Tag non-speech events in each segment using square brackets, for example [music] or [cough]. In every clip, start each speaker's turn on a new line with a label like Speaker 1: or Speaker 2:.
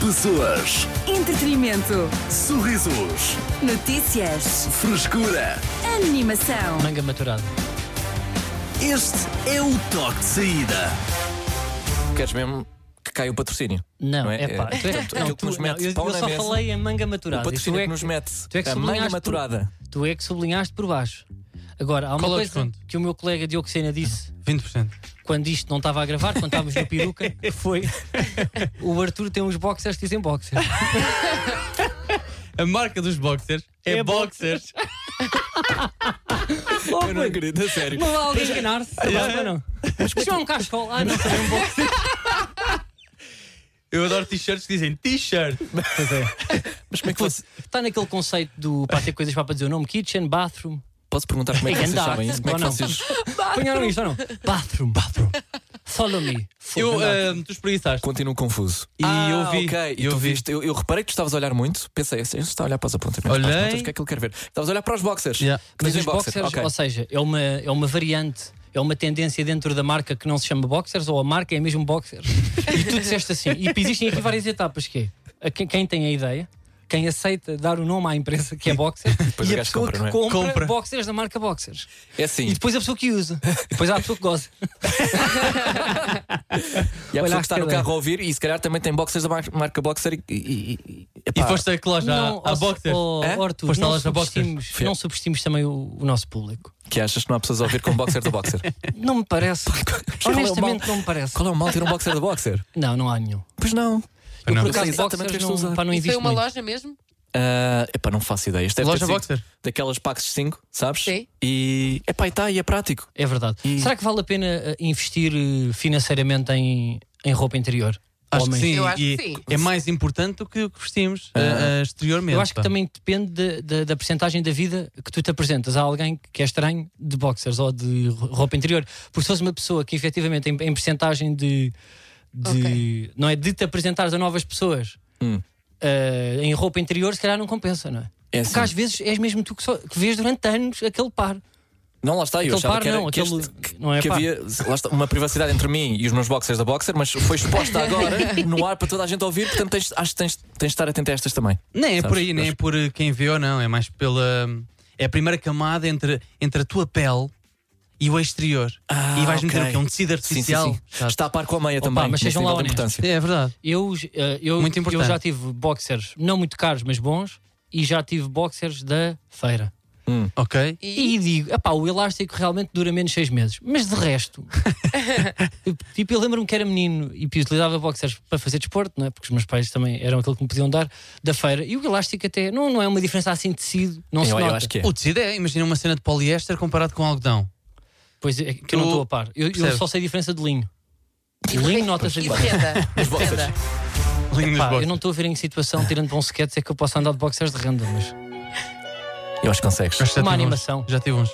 Speaker 1: Pessoas,
Speaker 2: Entretenimento.
Speaker 1: sorrisos,
Speaker 2: Notícias.
Speaker 1: frescura.
Speaker 2: Animação.
Speaker 3: Manga maturada.
Speaker 1: Este é o toque de saída.
Speaker 4: Queres mesmo que caia o patrocínio?
Speaker 3: Não,
Speaker 4: Não é?
Speaker 3: é pá.
Speaker 4: É,
Speaker 3: tu és-
Speaker 4: portanto,
Speaker 3: não,
Speaker 4: aquilo que
Speaker 3: tu-
Speaker 4: nos mete
Speaker 3: não, eu,
Speaker 4: pau
Speaker 3: eu
Speaker 4: na
Speaker 3: só
Speaker 4: mesa.
Speaker 3: falei a manga
Speaker 4: O
Speaker 3: maturada.
Speaker 4: patrocínio
Speaker 3: E
Speaker 4: que nos mete.
Speaker 3: tu é que
Speaker 4: a
Speaker 3: sublinhaste
Speaker 4: manga
Speaker 3: por-
Speaker 4: maturada.
Speaker 3: Tu é que sublinhaste por baixo. Agora, há uma
Speaker 5: Qual é o
Speaker 3: coisa
Speaker 5: desconto?
Speaker 3: que o meu colega Diogo Sena disse
Speaker 5: 20%.
Speaker 3: quando isto não estava a gravar, quando estávamos no peruca, que foi o Arthur tem uns boxers que dizem boxers.
Speaker 5: A marca dos boxers é,
Speaker 3: É
Speaker 5: boxers.
Speaker 4: Eu não acredito, a sério.
Speaker 3: Não há alguém enganar-se. Não, não. Mas é um cachecol. Ah, não, também é um boxer.
Speaker 5: Eu adoro t-shirts que dizem t-shirt.
Speaker 4: Mas como é que
Speaker 3: Putz,
Speaker 4: fosse?
Speaker 3: Está naquele conceito do para ter coisas para dizer o nome: kitchen, bathroom.
Speaker 4: Posso perguntar como é que
Speaker 3: É
Speaker 4: vocês
Speaker 3: grande
Speaker 4: sabem
Speaker 3: arte,
Speaker 4: isso? Como é que
Speaker 3: ou não?
Speaker 4: vocês.
Speaker 3: Apanharam isto ou não? Bathroom, bathroom. Follow me.
Speaker 4: eh,
Speaker 5: Eu,
Speaker 3: Foda-me.
Speaker 5: ah, tu espreguiçaste.
Speaker 4: Continuo confuso. Ah,
Speaker 5: E eu vi.
Speaker 4: ok, e
Speaker 5: eu
Speaker 4: tu
Speaker 5: vi.
Speaker 4: viste. Eu, eu reparei que tu estavas a olhar muito. Pensei, assim, ele está a olhar para os apontamentos. para as
Speaker 5: Olhei.
Speaker 4: notas, o que é que ele quer ver? Estavas a olhar para os boxers.
Speaker 5: Yeah.
Speaker 4: Que
Speaker 3: Mas
Speaker 4: dizem
Speaker 3: os boxers,
Speaker 4: ok.
Speaker 3: ou seja, é uma, é uma variante, é uma tendência dentro da marca que não se chama boxers, ou a marca é mesmo
Speaker 4: [laughs]
Speaker 3: boxers. e tu disseste assim. E existem aqui várias etapas: que é a quem, quem tem a ideia, quem aceita dar o nome à empresa que é boxer,
Speaker 4: [laughs] depois
Speaker 3: e
Speaker 4: o
Speaker 3: a
Speaker 4: gajo
Speaker 3: pessoa
Speaker 4: compra,
Speaker 3: que
Speaker 4: não é?
Speaker 3: compra,
Speaker 5: Compra.
Speaker 3: boxers da marca boxers.
Speaker 4: É assim.
Speaker 3: E depois a pessoa que usa. E depois há a pessoa que
Speaker 5: [laughs]
Speaker 3: goza. Olha,
Speaker 4: E há a pessoa que está no
Speaker 3: cadê?
Speaker 4: carro a ouvir e se calhar também tem boxers da mar- marca Boxer e. E, e-
Speaker 5: E
Speaker 4: epá,
Speaker 5: foste a que loja?
Speaker 3: não,
Speaker 5: à, à
Speaker 3: ó,
Speaker 5: boxers.
Speaker 3: ó,
Speaker 4: Hã?
Speaker 3: ó, Arthur,
Speaker 5: Foste à
Speaker 3: não,
Speaker 5: loja Boxers?
Speaker 3: subestimos, não subestimes também o, o nosso público.
Speaker 4: que achas que não há pessoas a ouvir com um boxer
Speaker 3: [laughs]
Speaker 4: da Boxer?
Speaker 3: Não me parece.
Speaker 4: é o
Speaker 3: Honestamente,
Speaker 4: mal?
Speaker 3: não me parece.
Speaker 4: Qual é o mal ter um boxer da Boxer?
Speaker 3: Não, não há nenhum.
Speaker 4: Pois não.
Speaker 5: Eu Ah, não.
Speaker 3: Por
Speaker 4: Eu sei
Speaker 3: acaso,
Speaker 4: exatamente o
Speaker 3: boxers
Speaker 4: que estou a
Speaker 3: não,
Speaker 4: usar.
Speaker 3: pá, não
Speaker 6: Isso
Speaker 3: existe
Speaker 6: foi uma
Speaker 3: muito.
Speaker 6: loja mesmo?
Speaker 4: Ah, epá, não faço ideia. Isto deve ter
Speaker 5: Loja
Speaker 4: sido
Speaker 5: Boxer.
Speaker 4: Daquelas packs de 5, sabes?
Speaker 6: Sim.
Speaker 4: E. Epá, e tá, e é prático.
Speaker 3: É verdade. Será que vale a pena eh, investir eh, financeiramente em, em roupa interior?
Speaker 5: Acho que
Speaker 3: Homens?
Speaker 5: sim.
Speaker 6: Eu acho
Speaker 5: e
Speaker 6: que sim.
Speaker 5: É mais importante do que o que vestimos ah, ah, exteriormente.
Speaker 3: Eu acho que
Speaker 5: pá.
Speaker 3: também depende de- de- da percentagem da vida que tu te apresentas a alguém que é estranho de boxers ou de ro- roupa interior. Porque se fosse uma pessoa que efetivamente em, em percentagem de, de-
Speaker 6: Ok.
Speaker 3: não é, de te apresentares a novas pessoas
Speaker 4: Hum.
Speaker 3: eh, em roupa interior, se calhar não compensa, não é?
Speaker 4: É
Speaker 3: Porque
Speaker 4: assim.
Speaker 3: às vezes és mesmo tu que, só, que vês durante anos aquele par.
Speaker 4: Não, lá está,
Speaker 3: Aquele
Speaker 4: eu achava
Speaker 3: par
Speaker 4: que era
Speaker 3: não,
Speaker 4: que,
Speaker 3: aquele-
Speaker 4: este- que-
Speaker 3: não é
Speaker 4: que
Speaker 3: par.
Speaker 4: havia lá está, uma privacidade entre mim e os meus boxers da boxer, mas foi exposta agora no ar para toda a gente ouvir, portanto tens- acho que tens, tens de estar atento a estas também.
Speaker 5: Nem é
Speaker 4: Sabes?
Speaker 5: por aí, nem
Speaker 4: Acho-
Speaker 5: é por eh, quem vê ou não. É mais pela. É a primeira camada entre, entre a tua pele e o exterior.
Speaker 4: Ah,
Speaker 5: e vais meter
Speaker 4: ok.
Speaker 5: o quê? Um tecido
Speaker 4: Sim, sim,
Speaker 5: artificial.
Speaker 4: sim.
Speaker 5: Sabes?
Speaker 4: Está a par com a meia
Speaker 3: Opa,
Speaker 4: também.
Speaker 3: mas
Speaker 4: nesse
Speaker 3: sejam lá
Speaker 4: nível de
Speaker 3: honestos.
Speaker 4: importância.
Speaker 5: É verdade.
Speaker 3: Eu, eh, eu,
Speaker 5: Muito
Speaker 3: eu
Speaker 5: importante.
Speaker 3: já tive boxers não muito caros, mas bons, e já tive boxers da feira.
Speaker 5: Ok.
Speaker 6: E,
Speaker 3: E digo, epá, o elástico realmente dura menos 6 meses. Mas de [laughs] resto, eu- tipo, eu lembro-me que era menino e tipo, utilizava boxers para fazer desporto, não é? Porque os meus pais também eram aquilo que me podiam dar da feira. E o elástico até não, não é uma diferença assim de tecido, não se
Speaker 4: Eu, eu
Speaker 3: nota.
Speaker 4: acho que é.
Speaker 5: O tecido é, imagina uma cena de poliéster comparado com algodão.
Speaker 3: Pois é, que eu não
Speaker 5: Tu-
Speaker 3: estou a par. Eu, eu
Speaker 5: percebes?
Speaker 3: só sei a diferença de linho. E é
Speaker 6: re-
Speaker 3: linho nota-se
Speaker 6: e
Speaker 3: a
Speaker 6: de
Speaker 3: diferença.
Speaker 6: renda. De
Speaker 4: boxers.
Speaker 6: renda.
Speaker 5: Lindo
Speaker 3: Pá,
Speaker 5: nos boxers.
Speaker 3: eu não estou a ver em que situação, tirando para um sketch, é que eu posso andar de boxers de renda, mas
Speaker 4: Eu acho que consegues.
Speaker 5: Mas já
Speaker 3: uma
Speaker 5: tive uns.
Speaker 3: animação.
Speaker 5: Já tive uns.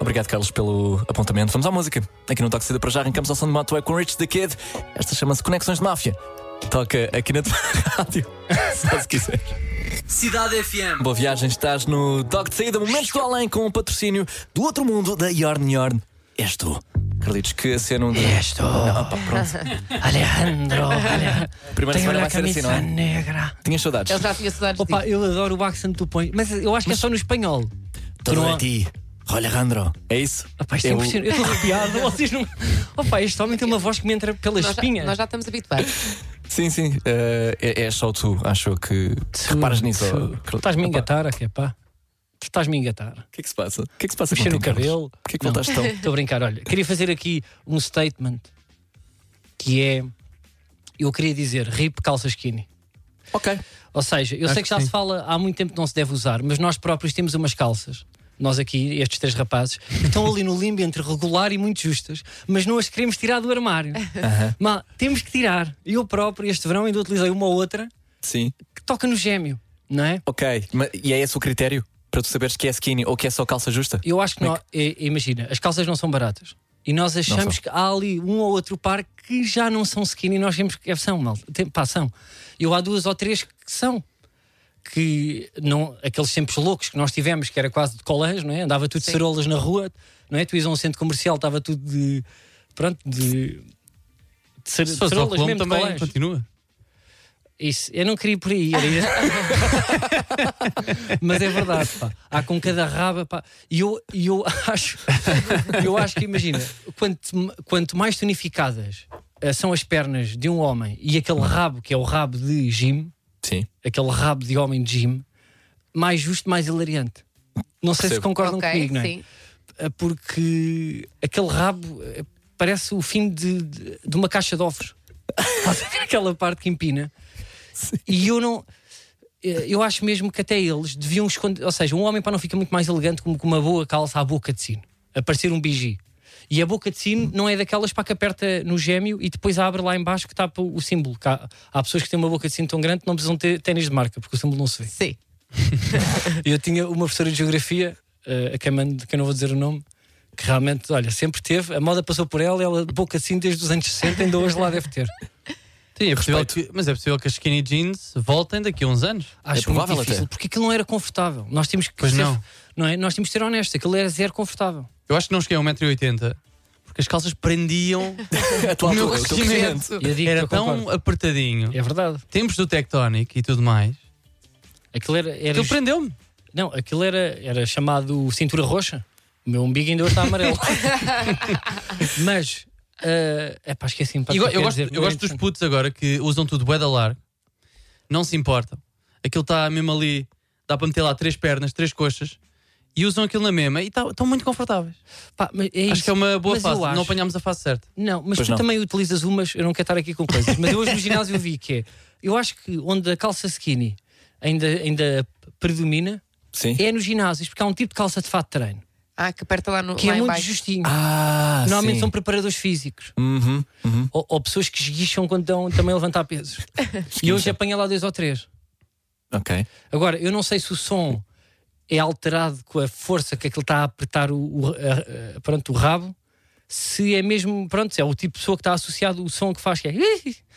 Speaker 4: Obrigado, Carlos, pelo apontamento. Vamos à música. Aqui no Toque de Saída para já arrancamos ao som de Matué com Rich the Kid. Esta chama-se Conexões de Máfia. Toca aqui na [laughs] tua rádio. Só se quiser. Cidade FM. Boa viagem, estás no Toque de Saída Momentos do Além com o patrocínio do outro mundo da Yorn Yorn. És tu. Carlitos, que acena um.
Speaker 3: Estou. [laughs] Alejandro, Alejandro.
Speaker 4: Primeira
Speaker 3: Tenho
Speaker 4: semana
Speaker 3: uma
Speaker 4: vai ser
Speaker 3: camisa
Speaker 4: assim, não é?
Speaker 3: negra.
Speaker 4: Tinhas saudades.
Speaker 6: Ele já tinha saudades
Speaker 3: Opa,
Speaker 6: disso.
Speaker 3: eu adoro o accent que tu pões, mas eu acho que é só no espanhol. Tu
Speaker 4: Todo
Speaker 3: não
Speaker 4: a
Speaker 3: há-
Speaker 4: ti. Alejandro. É isso?
Speaker 3: Opa, isto é
Speaker 4: Eu-
Speaker 3: impressionante. Eu estou
Speaker 4: [laughs]
Speaker 3: arrepiado. Vocês não... Opa, este homem tem uma voz que me entra pelas
Speaker 6: Nós já,
Speaker 3: espinhas.
Speaker 6: nós já estamos habituados.
Speaker 4: Sim, sim. Eh, é, é só tu, acho que.
Speaker 3: Tu-
Speaker 4: Reparas nisso.
Speaker 3: tu- Tu
Speaker 4: oh, Carlitos.
Speaker 3: estás-me a
Speaker 4: Epá,
Speaker 3: engatar, é pá. Tu estás-me a engatar.
Speaker 4: O que é que se passa? O que é que se passa
Speaker 3: Mexer no
Speaker 4: contigo, Carlos?
Speaker 3: cabelo.
Speaker 4: Porquê que voltaste
Speaker 3: [laughs]
Speaker 4: tão.
Speaker 3: Estou a brincar, olha. Queria fazer aqui um statement que é. Eu queria dizer, RIP calça skinny.
Speaker 4: Ok.
Speaker 3: Ou seja, eu
Speaker 5: Acho
Speaker 3: sei que já
Speaker 5: que
Speaker 3: se
Speaker 5: sim.
Speaker 3: fala há muito tempo que não se deve usar, mas nós próprios temos umas calças. Nós aqui, estes três rapazes, que estão ali no limbo entre regular e muito justas, mas não as queremos tirar do armário. Mas temos que tirar. Eu próprio, este verão, ainda utilizei uma ou outra
Speaker 4: Sim.
Speaker 3: que toca no gêmeo, não é?
Speaker 4: Ok. Mas, e é esse o critério? Para tu saberes que é skinny ou que é só calça justa?
Speaker 3: Eu acho que,
Speaker 4: Como é
Speaker 3: nó- e- imagina, as calças não são baratas. E nós
Speaker 4: Não
Speaker 3: achamos
Speaker 4: são.
Speaker 3: que há ali um ou outro par que já não são skinny e nós vemos que é, são, mal. Tem- Pá, são. Eu há duas ou três que são. Que não, aqueles tempos loucos que nós tivemos, que era quase de colãs, não é? Andava tudo de cerolas na rua, não é? Tu ias a um centro comercial, estava tudo de. Pronto, de. de cer-
Speaker 5: Se fosse ao
Speaker 3: cerolas
Speaker 5: Colombo
Speaker 3: mesmo, de
Speaker 5: também,
Speaker 3: colãs.
Speaker 5: continua.
Speaker 3: Isso, eu não queria ir por aí. era isso. Mas é verdade, pá. Há com cada raba, pá. E eu, e eu [laughs] acho, eu acho que, imagina, quanto, quanto mais tonificadas eh, são as pernas de um homem e aquele rabo, que é o rabo de Jim,
Speaker 4: Sim.
Speaker 3: aquele rabo de homem de Jim, mais justo, mais hilariante. Não sei se
Speaker 4: Percebo.
Speaker 3: concordam
Speaker 6: ok,
Speaker 3: comigo, não é?
Speaker 6: sim.
Speaker 3: Eh, Porque aquele rabo eh, parece o fim de, de, de uma caixa de ovos. [laughs] Estás a ver Aquela parte que empina. E eu não. eh, Eu acho mesmo que até eles deviam esconder. Ou seja, um homem para não fica muito mais elegante como com uma boa calça à boca de sino, a parecer um bigi. E a boca de sino não é daquelas para que aperta no gêmeo e depois abre lá embaixo que tapa o símbolo. Que Há, há pessoas que têm uma boca de sino tão grande que não precisam ter ténis de marca, porque o símbolo não se vê.
Speaker 6: Sim.
Speaker 3: E Eu tinha uma professora de geografia, eh, a quem, mando- de quem não vou dizer o nome, que realmente, olha, sempre teve, a moda passou por ela, ela de boca assim desde os anos 60, ainda hoje lá deve ter.
Speaker 5: Sim, é possível que- mas é possível que as skinny jeans voltem daqui a uns anos.
Speaker 3: Acho
Speaker 4: provável
Speaker 3: muito difícil,
Speaker 4: até.
Speaker 3: porque aquilo não era confortável. Nós temos que
Speaker 5: Pois
Speaker 3: ser,
Speaker 5: não.
Speaker 3: é? Nós temos que ser honestos, aquilo era zero confortável.
Speaker 5: Eu acho que não cheguei a 1,80m porque as
Speaker 3: [laughs]
Speaker 5: calças prendiam.
Speaker 4: [laughs] A tua
Speaker 5: O meu
Speaker 4: altura, o teu
Speaker 5: crescimento.
Speaker 4: crescimento.
Speaker 3: E eu digo que
Speaker 5: Era
Speaker 3: eu
Speaker 5: tão
Speaker 3: concordo.
Speaker 5: apertadinho.
Speaker 3: É verdade.
Speaker 5: Tempos do Tectonic e tudo mais.
Speaker 3: Aquilo era, era
Speaker 5: Aquilo
Speaker 3: ju-
Speaker 5: prendeu-me.
Speaker 3: Não, aquilo era, era chamado cintura roxa. O meu umbigo ainda hoje está
Speaker 5: [laughs]
Speaker 3: amarelo. Mas, é pá, esqueci-me. pá,
Speaker 5: E
Speaker 3: o que
Speaker 5: go- Eu
Speaker 3: quero
Speaker 5: gosto,
Speaker 3: dizer,
Speaker 5: eu
Speaker 3: mas é
Speaker 5: gosto dos
Speaker 3: interessante.
Speaker 5: putos agora que usam tudo bué de largo. Não se importam. Aquilo está mesmo ali. Dá para meter lá três pernas, três coxas. E usam aquilo na mesma e estão muito confortáveis.
Speaker 3: Pá, mas é
Speaker 5: Acho
Speaker 3: isso.
Speaker 5: que é uma boa
Speaker 3: Mas eu
Speaker 5: fase. Não
Speaker 3: acho-
Speaker 5: apanhámos a fase certa.
Speaker 3: Não, mas
Speaker 4: Pois
Speaker 3: tu
Speaker 4: não.
Speaker 3: também utilizas umas, eu não quero estar aqui com coisas, mas eu hoje no ginásio vi que é, eu acho que onde a calça skinny ainda, ainda predomina
Speaker 4: Sim.
Speaker 3: é nos ginásios, porque há um tipo de calça de fato de treino
Speaker 6: Ah, que aperta lá no
Speaker 3: que
Speaker 6: lá
Speaker 3: é
Speaker 6: em
Speaker 3: muito
Speaker 6: baixo.
Speaker 3: justinho.
Speaker 4: Ah,
Speaker 3: Normalmente
Speaker 4: sim.
Speaker 3: são preparadores físicos
Speaker 4: Uhum, uhum.
Speaker 3: ou, ou pessoas que esguicham quando estão também a levantar
Speaker 4: [laughs]
Speaker 3: pesos. e hoje apanha lá dois ou três.
Speaker 4: Ok.
Speaker 3: Agora, eu não sei se o som é alterado com a força que aquilo está a apertar o, o- a- a- pronto, o rabo, se é mesmo, pronto, se é o tipo de pessoa que está associado o som que faz, que é.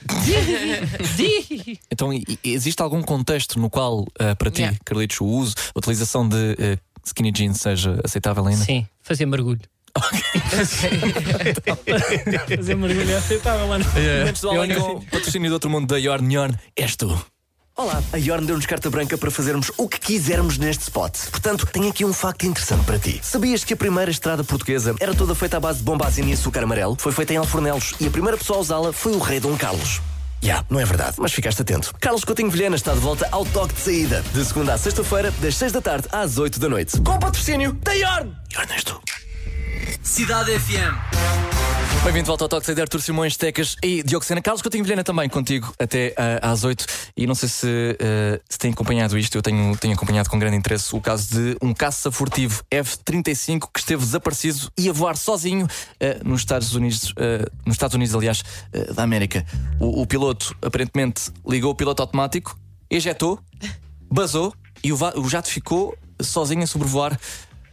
Speaker 3: [laughs]
Speaker 4: Então, e- e existe algum contexto no qual, eh, para ti,
Speaker 6: Yeah.
Speaker 4: Carlitos, o uso, a utilização de eh, skinny jeans seja aceitável ainda?
Speaker 3: Sim, fazer mergulho. fazer mergulho é aceitável lá no.
Speaker 4: Antes do Além com o [laughs] patrocínio do outro mundo da Yorn Yorn, és tu.
Speaker 7: Olá, a Yorn deu-nos carta branca para fazermos o que quisermos neste spot. Portanto, tenho aqui um facto interessante para ti. Sabias que a primeira estrada portuguesa era toda feita à base de bombazina e açúcar amarelo? Foi feita em Alfornelos e a primeira pessoa a usá-la foi o rei Dom Carlos. Já, não é verdade, mas ficaste atento. Carlos Coutinho Vilhena está de volta ao toque de saída. De segunda à sexta-feira, das seis da tarde às oito da noite. Com patrocínio da Yorn! Yorn és tu.
Speaker 1: Cidade FM.
Speaker 4: Bem-vindo de volta ao Talk Day de Artur Simões, Tecas e Dioxena. Carlos Coutinho Vilhena também contigo até ah, às 8. E não sei se, ah, se tem acompanhado isto, eu tenho, tenho acompanhado com grande interesse o caso de um caça furtivo F-35 que esteve desaparecido e a voar sozinho ah, nos Estados Unidos, ah, nos Estados Unidos, aliás, ah, da América. O, o piloto aparentemente ligou o piloto automático, ejetou, basou e o, va- o jato ficou sozinho a sobrevoar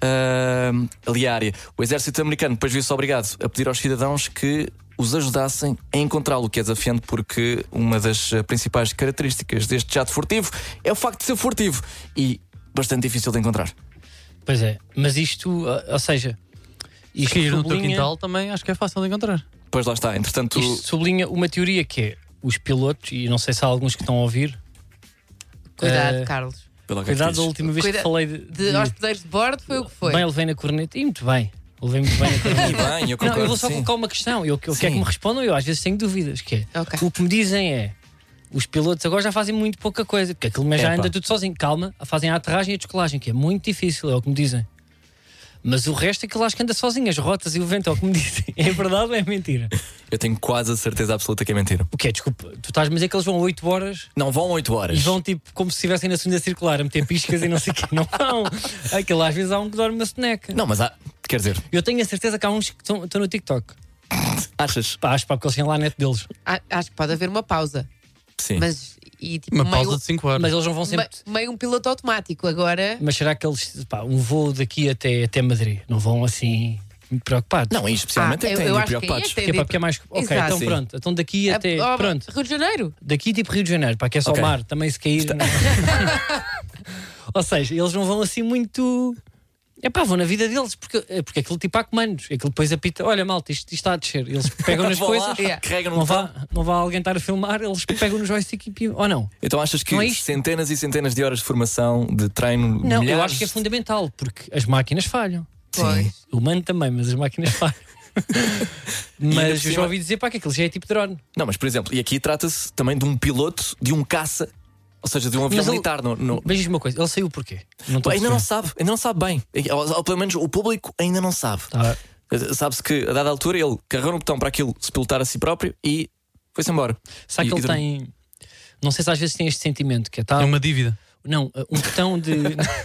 Speaker 4: ahm, ali a área. O exército americano depois viu-se obrigado a pedir aos cidadãos que os ajudassem a encontrá-lo, o que é desafiante porque uma das eh, principais características deste jato furtivo é o facto de ser furtivo e bastante difícil de encontrar.
Speaker 3: Pois é, mas isto, ah, ou seja, isto
Speaker 5: Cair no teu
Speaker 3: sublinha-
Speaker 5: quintal também acho que é fácil de encontrar.
Speaker 4: Pois lá está, entretanto,
Speaker 3: Isto sublinha uma teoria que é os pilotos, e não sei se há alguns que estão a ouvir,
Speaker 5: é
Speaker 6: Cuidado,
Speaker 3: Eh,
Speaker 6: Carlos.
Speaker 4: pelo que é que
Speaker 3: cuidado
Speaker 4: diz.
Speaker 3: da última vez
Speaker 6: Cuida-
Speaker 3: que falei de.
Speaker 6: De hospedeiros de bordo foi o que foi.
Speaker 3: Bem, levei na corneta e muito bem. Levei muito bem na
Speaker 5: [laughs]
Speaker 3: corneta.
Speaker 4: Muito bem, eu
Speaker 3: Não,
Speaker 4: concordo.
Speaker 3: eu vou só
Speaker 4: sim.
Speaker 3: colocar uma questão. Eu, eu quero
Speaker 4: Sim.
Speaker 3: que me respondam. Eu às vezes tenho dúvidas. Que é,
Speaker 6: Ok.
Speaker 3: O que me dizem é: os pilotos agora já fazem muito pouca coisa, porque aquilo já
Speaker 4: Epá.
Speaker 3: anda tudo sozinho. Calma, fazem a aterragem e a descolagem, que é muito difícil, é o que me dizem. Mas o resto, aquilo acho que anda sozinho. As rotas e o vento, é o que me [laughs] dizem. É verdade ou é mentira?
Speaker 4: Eu tenho quase a certeza absoluta que é mentira.
Speaker 3: O que é? Desculpa, tu estás-me a dizer que eles vão 8 horas
Speaker 4: Não vão 8
Speaker 3: e
Speaker 4: horas.
Speaker 3: vão tipo como se estivessem na segunda circular a meter piscas e não sei o quê. Não vão. Aquilo às vezes há um que dorme uma soneca.
Speaker 4: Não, mas há. Quer dizer,
Speaker 3: Eu tenho a certeza que há uns que estão estão no TikTok.
Speaker 4: achas?
Speaker 3: Pá, acho pá, porque eles têm lá a net deles.
Speaker 6: A- Ah, Acho que pode haver uma pausa.
Speaker 4: Sim.
Speaker 6: Mas, e, tipo,
Speaker 5: Uma
Speaker 6: meio,
Speaker 5: pausa de 5 horas.
Speaker 3: Mas eles não vão sempre.
Speaker 6: me- meio um piloto automático. Agora,
Speaker 3: Mas será que eles. Pá, um voo daqui até, até Madrid. Não vão assim. Muito preocupados.
Speaker 4: Não, e especialmente
Speaker 6: Ah,
Speaker 4: é
Speaker 6: eu-
Speaker 4: que têm
Speaker 6: eu
Speaker 4: de ir
Speaker 6: acho que aí é
Speaker 4: preocupados.
Speaker 6: que
Speaker 3: Que é pá, porque é mais. Ok,
Speaker 6: Exato.
Speaker 3: então
Speaker 4: Sim.
Speaker 3: pronto. Então
Speaker 4: É,
Speaker 3: daqui até.
Speaker 6: a- ao-
Speaker 3: Pronto.
Speaker 6: Rio de Janeiro.
Speaker 3: Daqui tipo Rio de Janeiro, pá, que é só
Speaker 4: Ok.
Speaker 3: é? [laughs] mar. Também se cair. não- Ou seja, eles não vão assim muito. É pá, vou na vida deles, porque, é porque aquilo tipo há comandos. Aquilo depois apita, olha malta, isto, isto está a descer. Eles
Speaker 4: [laughs]
Speaker 3: pegam nas
Speaker 4: Vão lá,
Speaker 3: coisas,
Speaker 4: carregam no
Speaker 3: não,
Speaker 4: botão.
Speaker 3: vá, não vá alguém estar a filmar, eles pegam no joystick e. pi- Ou não?
Speaker 4: Então achas que
Speaker 3: Não é isto?
Speaker 4: centenas e centenas de horas de formação, de treino,
Speaker 3: Não,
Speaker 4: milhares
Speaker 3: eu acho que é fundamental, porque as máquinas falham.
Speaker 6: Pois.
Speaker 3: O humano também, mas as máquinas falham.
Speaker 4: ainda por
Speaker 3: mas eu já
Speaker 4: cima-
Speaker 3: ouvi dizer pá, que aquilo já é tipo drone.
Speaker 4: Não, mas por exemplo, e aqui trata-se também de um piloto de um caça, ou seja, de um avião
Speaker 3: Mas ele-
Speaker 4: militar. Não, não-
Speaker 3: Mas diz-me uma coisa, ele saiu porquê? Não estou a
Speaker 4: Ainda não
Speaker 3: perceber.
Speaker 4: sabe, ainda não sabe bem. Ou, ou pelo menos o público ainda não sabe.
Speaker 3: Tá.
Speaker 4: Eh, Sabe-se que a dada altura ele carregou no botão para aquilo se pilotar a si próprio e foi-se embora.
Speaker 3: Será
Speaker 4: E-
Speaker 3: que
Speaker 4: e
Speaker 3: ele
Speaker 4: dormiu.
Speaker 3: tem. Não sei se às vezes tem este sentimento que é
Speaker 5: É
Speaker 3: tal.
Speaker 5: uma dívida.
Speaker 3: Não, uh, um botão de. uh,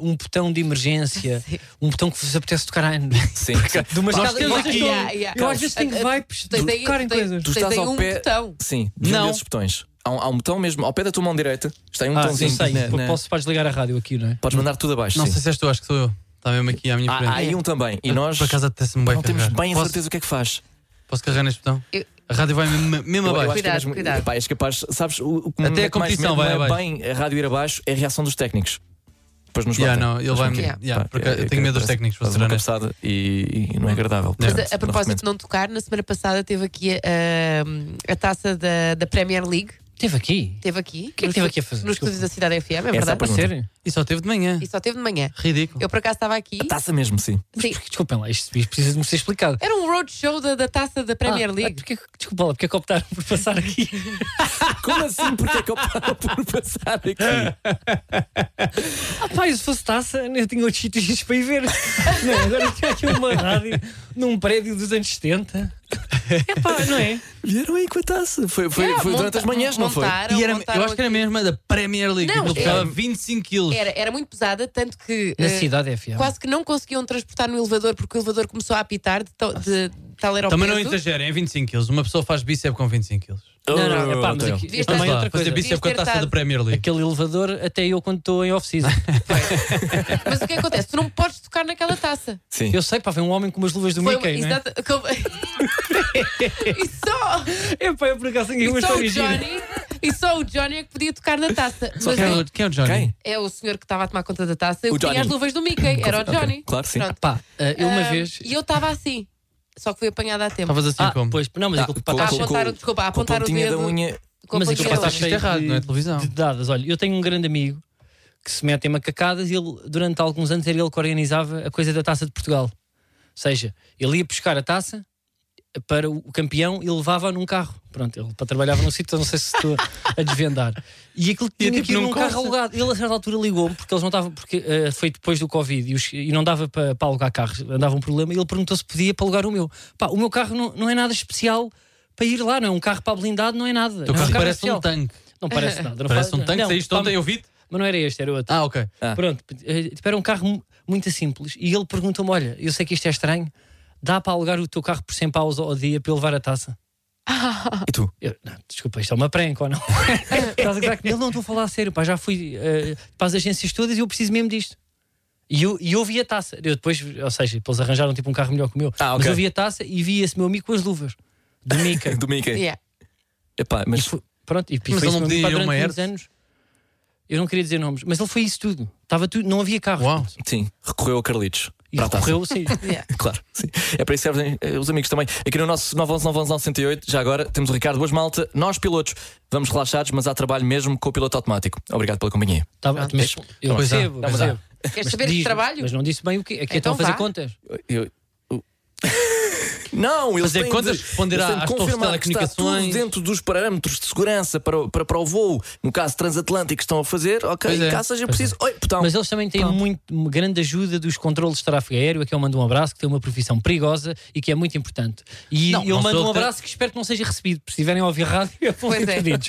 Speaker 3: um botão de emergência, um botão que vos apetece tocar a [laughs]
Speaker 4: Sim.
Speaker 3: De uma
Speaker 4: Pá,
Speaker 3: escada. Eu, às vezes
Speaker 6: Yeah,
Speaker 3: estou-
Speaker 6: yeah.
Speaker 3: eu às vezes tenho
Speaker 6: Ah, ah,
Speaker 3: vibes
Speaker 6: tu
Speaker 3: de
Speaker 6: tens-
Speaker 3: tocar em
Speaker 6: tens-
Speaker 3: coisas.
Speaker 4: Tu
Speaker 6: Tens
Speaker 4: estás
Speaker 6: aí
Speaker 4: ao
Speaker 6: um
Speaker 4: pé.
Speaker 6: botão.
Speaker 4: Sim, de um
Speaker 5: Não.
Speaker 4: desses botões. Há um, há um botão mesmo, ao pé da tua mão direita, está aí um
Speaker 3: Ah, sim,
Speaker 4: botãozinho.
Speaker 3: sei.
Speaker 4: na-
Speaker 3: P-
Speaker 4: na-
Speaker 3: Posso para desligar a rádio aqui, não é?
Speaker 4: Podes mandar tudo abaixo.
Speaker 5: Não
Speaker 4: sim.
Speaker 5: sei se és tu, acho que sou eu. Está mesmo aqui à minha
Speaker 4: Há,
Speaker 5: frente.
Speaker 4: há aí um também. E nós
Speaker 5: Por acaso apetece-me bem
Speaker 4: não temos
Speaker 5: carregar.
Speaker 4: bem a
Speaker 5: posso,
Speaker 4: certeza o que é que faz.
Speaker 5: posso carregar neste botão?
Speaker 6: Eu-
Speaker 5: A rádio vai mesmo, mesmo
Speaker 4: Eu- eu
Speaker 5: abaixo.
Speaker 4: acho que é
Speaker 6: Cuidado,
Speaker 4: mesmo-
Speaker 6: cuidado.
Speaker 4: Pá, és capaz, sabes, o, o que me
Speaker 5: Até a
Speaker 4: mete mais
Speaker 5: competição
Speaker 4: medo
Speaker 5: vai
Speaker 4: não é
Speaker 5: abaixo.
Speaker 4: bem a rádio ir abaixo, é a reação dos técnicos. Depois nos
Speaker 5: Yeah,
Speaker 4: batem.
Speaker 5: não, ele
Speaker 4: Mas
Speaker 5: vai
Speaker 4: porquê?
Speaker 6: Yeah.
Speaker 5: Yeah,
Speaker 4: Pá,
Speaker 5: porque
Speaker 4: é-
Speaker 5: eu
Speaker 4: é
Speaker 5: tenho medo dos
Speaker 4: parece-
Speaker 5: técnicos, vou
Speaker 4: faz
Speaker 5: ser
Speaker 4: uma
Speaker 5: honesto.
Speaker 4: cabeçada e, e não é agradável.
Speaker 6: Mas
Speaker 4: Portanto,
Speaker 6: a, a propósito de
Speaker 4: recomendo.
Speaker 6: não tocar, na semana passada teve aqui a, a- a taça da, da Premier League.
Speaker 3: Teve aqui.
Speaker 6: Teve aqui.
Speaker 3: que é que
Speaker 6: nos
Speaker 3: teve aqui
Speaker 6: estu-
Speaker 3: a fazer?
Speaker 6: Nos estúdios da Cidade FM, é
Speaker 4: Essa
Speaker 6: verdade.
Speaker 4: pergunta.
Speaker 3: Sério?
Speaker 5: E só teve de manhã.
Speaker 6: E só teve de manhã.
Speaker 5: Ridículo.
Speaker 6: Eu por acaso estava aqui.
Speaker 4: Taça mesmo, sim.
Speaker 6: Sim.
Speaker 3: Porque, desculpem lá, isto isto precisa de me ser explicado.
Speaker 6: Era um roadshow da, da taça da Premier
Speaker 3: Ah,
Speaker 6: League.
Speaker 3: ah, porque, desculpa lá, porque é que optaram por passar
Speaker 6: [laughs]
Speaker 3: aqui?
Speaker 4: Como assim? Porque é que optaram [laughs] por passar
Speaker 5: [laughs]
Speaker 4: aqui?
Speaker 3: Ah, pá, e se fosse taça, eu tinha outros sítios para ir ver. Não, agora tinha aqui uma rádio num prédio dos anos 70. É pá, não
Speaker 6: [laughs]
Speaker 3: é?
Speaker 4: Vieram aí com a taça. Foi, foi,
Speaker 6: Yeah,
Speaker 4: foi durante
Speaker 6: monta-
Speaker 4: as manhãs, não foi?
Speaker 6: montaram,
Speaker 5: E era-
Speaker 6: montaram
Speaker 5: eu acho que era
Speaker 6: aqui.
Speaker 5: mesmo a da Premier League.
Speaker 6: Não,
Speaker 5: Ele
Speaker 6: era-
Speaker 5: pesava 25 quilos.
Speaker 6: Era, era muito pesada, tanto que
Speaker 3: Na
Speaker 6: eh,
Speaker 3: cidade é. FM.
Speaker 6: quase que não conseguiam transportar no elevador porque o elevador começou a apitar de, to- de tal era o
Speaker 5: Também não
Speaker 6: peso.
Speaker 5: exagerem, é 25 quilos. Uma pessoa faz bíceps com 25 quilos.
Speaker 3: Não, não,
Speaker 4: Oh,
Speaker 3: é pá, mas
Speaker 4: então.
Speaker 3: aqui, também
Speaker 6: Devias
Speaker 5: Vamos
Speaker 3: é
Speaker 5: lá,
Speaker 3: outra
Speaker 5: fazer
Speaker 3: coisa.
Speaker 5: bíceps com a
Speaker 6: Devias ter
Speaker 5: taça da
Speaker 6: estado-
Speaker 5: Premier League.
Speaker 3: Aquele elevador, até eu quando estou em
Speaker 4: [laughs]
Speaker 3: off-season.
Speaker 6: Mas o que acontece? Tu não podes tocar naquela taça.
Speaker 4: Sim.
Speaker 3: Eu sei, pá, vem um homem com umas luvas do
Speaker 6: Foi
Speaker 3: Mickey,
Speaker 6: uma-
Speaker 3: não é?
Speaker 6: exata- [laughs] como- e só,
Speaker 3: É pá, [laughs] eu por acaso tenho uma
Speaker 6: e só o
Speaker 3: história gira.
Speaker 6: Johnny e só o Johnny é que podia tocar na taça. Mas
Speaker 5: Quem é
Speaker 6: é-
Speaker 5: o- Quem é o Johnny?
Speaker 4: Quem?
Speaker 6: é o senhor que estava a tomar conta da
Speaker 4: O
Speaker 6: taça. Eu
Speaker 4: Johnny.
Speaker 6: tinha as luvas do Mickey, era o
Speaker 4: Ok,
Speaker 6: Johnny.
Speaker 4: claro, sim.
Speaker 6: Pronto.
Speaker 3: Pá, eh, eu uma
Speaker 6: Ah,
Speaker 3: vez.
Speaker 6: E eu estava assim, só que fui apanhada a tempo.
Speaker 5: Estavas assim
Speaker 3: Ah,
Speaker 5: como?
Speaker 3: pois, não, mas aquilo que
Speaker 4: Tá, com-
Speaker 6: A
Speaker 3: para
Speaker 4: com-
Speaker 6: apontar,
Speaker 4: com-
Speaker 6: o- desculpa, a
Speaker 4: Com a
Speaker 6: apontar o
Speaker 4: pontinha da
Speaker 6: dedo.
Speaker 4: unha.
Speaker 6: com a
Speaker 5: Mas aquilo
Speaker 6: pontinha da
Speaker 5: passaste
Speaker 6: unha.
Speaker 5: isto errado, não é? Televisão.
Speaker 3: De dadas. Olha, eu tenho um grande amigo que se mete em macacadas e ele, durante alguns anos, era ele que organizava a coisa da taça de Portugal. Ou seja, ele ia buscar a taça para o campeão e levava-a num carro. Pronto, ele para trabalhava num sítio, então não sei se estou a desvendar. E aquilo tinha
Speaker 5: tipo
Speaker 3: que ir
Speaker 5: num
Speaker 3: num carro
Speaker 5: Corsa.
Speaker 3: alugado. Ele a certa altura ligou-me porque eles não estavam, porque eh, foi depois do Covid e, os- e não dava para, para alugar carros, andava um problema e ele perguntou se podia para alugar o meu. Pá, o meu carro não, não é nada especial para ir lá, não é um carro para blindado, não é nada.
Speaker 5: O
Speaker 3: não é
Speaker 5: carro
Speaker 3: carro
Speaker 5: parece
Speaker 3: especial.
Speaker 5: um tanque.
Speaker 3: Não parece nada. Não
Speaker 5: Parece
Speaker 3: faz-
Speaker 5: um tanque.
Speaker 3: não,
Speaker 5: Saíste
Speaker 3: pá,
Speaker 5: ontem, eu vi-te.
Speaker 3: Mas não era este, era outro.
Speaker 5: Ah, ok.
Speaker 4: Ah.
Speaker 3: Pronto, eh, tipo, era um carro mu- muito simples. E ele perguntou-me: Olha, eu sei que isto é estranho, dá para alugar o teu carro por 100 paus ao dia para eu levar a taça?
Speaker 4: E tu?
Speaker 3: Eu, não, desculpa, isto é uma prank
Speaker 5: [laughs]
Speaker 3: ou não? Estás a gozar comigo? Ele não estou a falar a sério, pá, já fui eh, para as agências todas e eu preciso mesmo disto. E eu, e eu vi a taça. Eu depois, ou seja, eles arranjaram tipo um carro melhor que o meu.
Speaker 4: Ah,
Speaker 3: Mas
Speaker 4: ok.
Speaker 3: eu vi a taça e vi esse meu amigo com as luvas. Do
Speaker 5: [laughs]
Speaker 3: Mickey.
Speaker 4: Do Mickey.
Speaker 6: Yeah.
Speaker 4: Epá, mas
Speaker 3: Foi- pronto, e
Speaker 5: Mas
Speaker 3: foi
Speaker 5: ele
Speaker 3: isso
Speaker 5: não
Speaker 3: mesmo,
Speaker 5: podia
Speaker 3: pá,
Speaker 5: ir a
Speaker 3: durante
Speaker 5: uma
Speaker 3: muitos
Speaker 5: Hertz?
Speaker 3: anos. Eu não queria dizer nomes, mas ele foi isso tudo. Estava tudo, não havia carro.
Speaker 5: Uau.
Speaker 4: sim, recorreu a Carlitos.
Speaker 3: E
Speaker 4: Para a taça.
Speaker 3: correu, sim.
Speaker 6: Yeah.
Speaker 4: [laughs] Claro, sim. É para isso que servem eh, os amigos também. Aqui no nosso 911-911-968, já agora, temos o Ricardo Boas Malta. Nós, pilotos, vamos relaxados, mas há trabalho mesmo com o piloto automático. Obrigado pela companhia.
Speaker 3: [laughs] Tá, bom, mas eu
Speaker 5: Pois é,
Speaker 3: percebo,
Speaker 4: não, mas
Speaker 3: percebo.
Speaker 6: Queres
Speaker 3: Mas
Speaker 6: saber
Speaker 3: diz-
Speaker 6: de trabalho?
Speaker 3: Mas não disse bem o quê. Aqui estão
Speaker 6: Então
Speaker 3: a fazer
Speaker 6: vá.
Speaker 3: contas.
Speaker 4: Eu- eu- [laughs] Não, eles
Speaker 5: Fazer
Speaker 4: têm
Speaker 5: contas,
Speaker 4: de,
Speaker 5: responder
Speaker 4: eles têm
Speaker 5: é às
Speaker 4: de confirmar
Speaker 5: torres de
Speaker 4: que está tudo
Speaker 5: telecomunicações.
Speaker 4: dentro dos parâmetros de segurança para, o- para, para o voo, no caso transatlântico, que estão a fazer. Ok,
Speaker 5: Pois é,
Speaker 4: caso seja
Speaker 5: pois
Speaker 4: preciso. Oi, botão.
Speaker 3: Mas eles também têm muito, uma grande ajuda dos controles de tráfego aéreo. Aqui eu mando um abraço, que tem uma profissão perigosa e que é muito importante. E
Speaker 5: Não,
Speaker 3: eu
Speaker 5: não
Speaker 3: mando
Speaker 5: sou
Speaker 3: um
Speaker 5: eu que-
Speaker 3: abraço que espero que não seja recebido. porque Se estiverem a ouvir rádio, [laughs] vão
Speaker 6: Pois
Speaker 3: ser
Speaker 6: é.
Speaker 3: perdidos.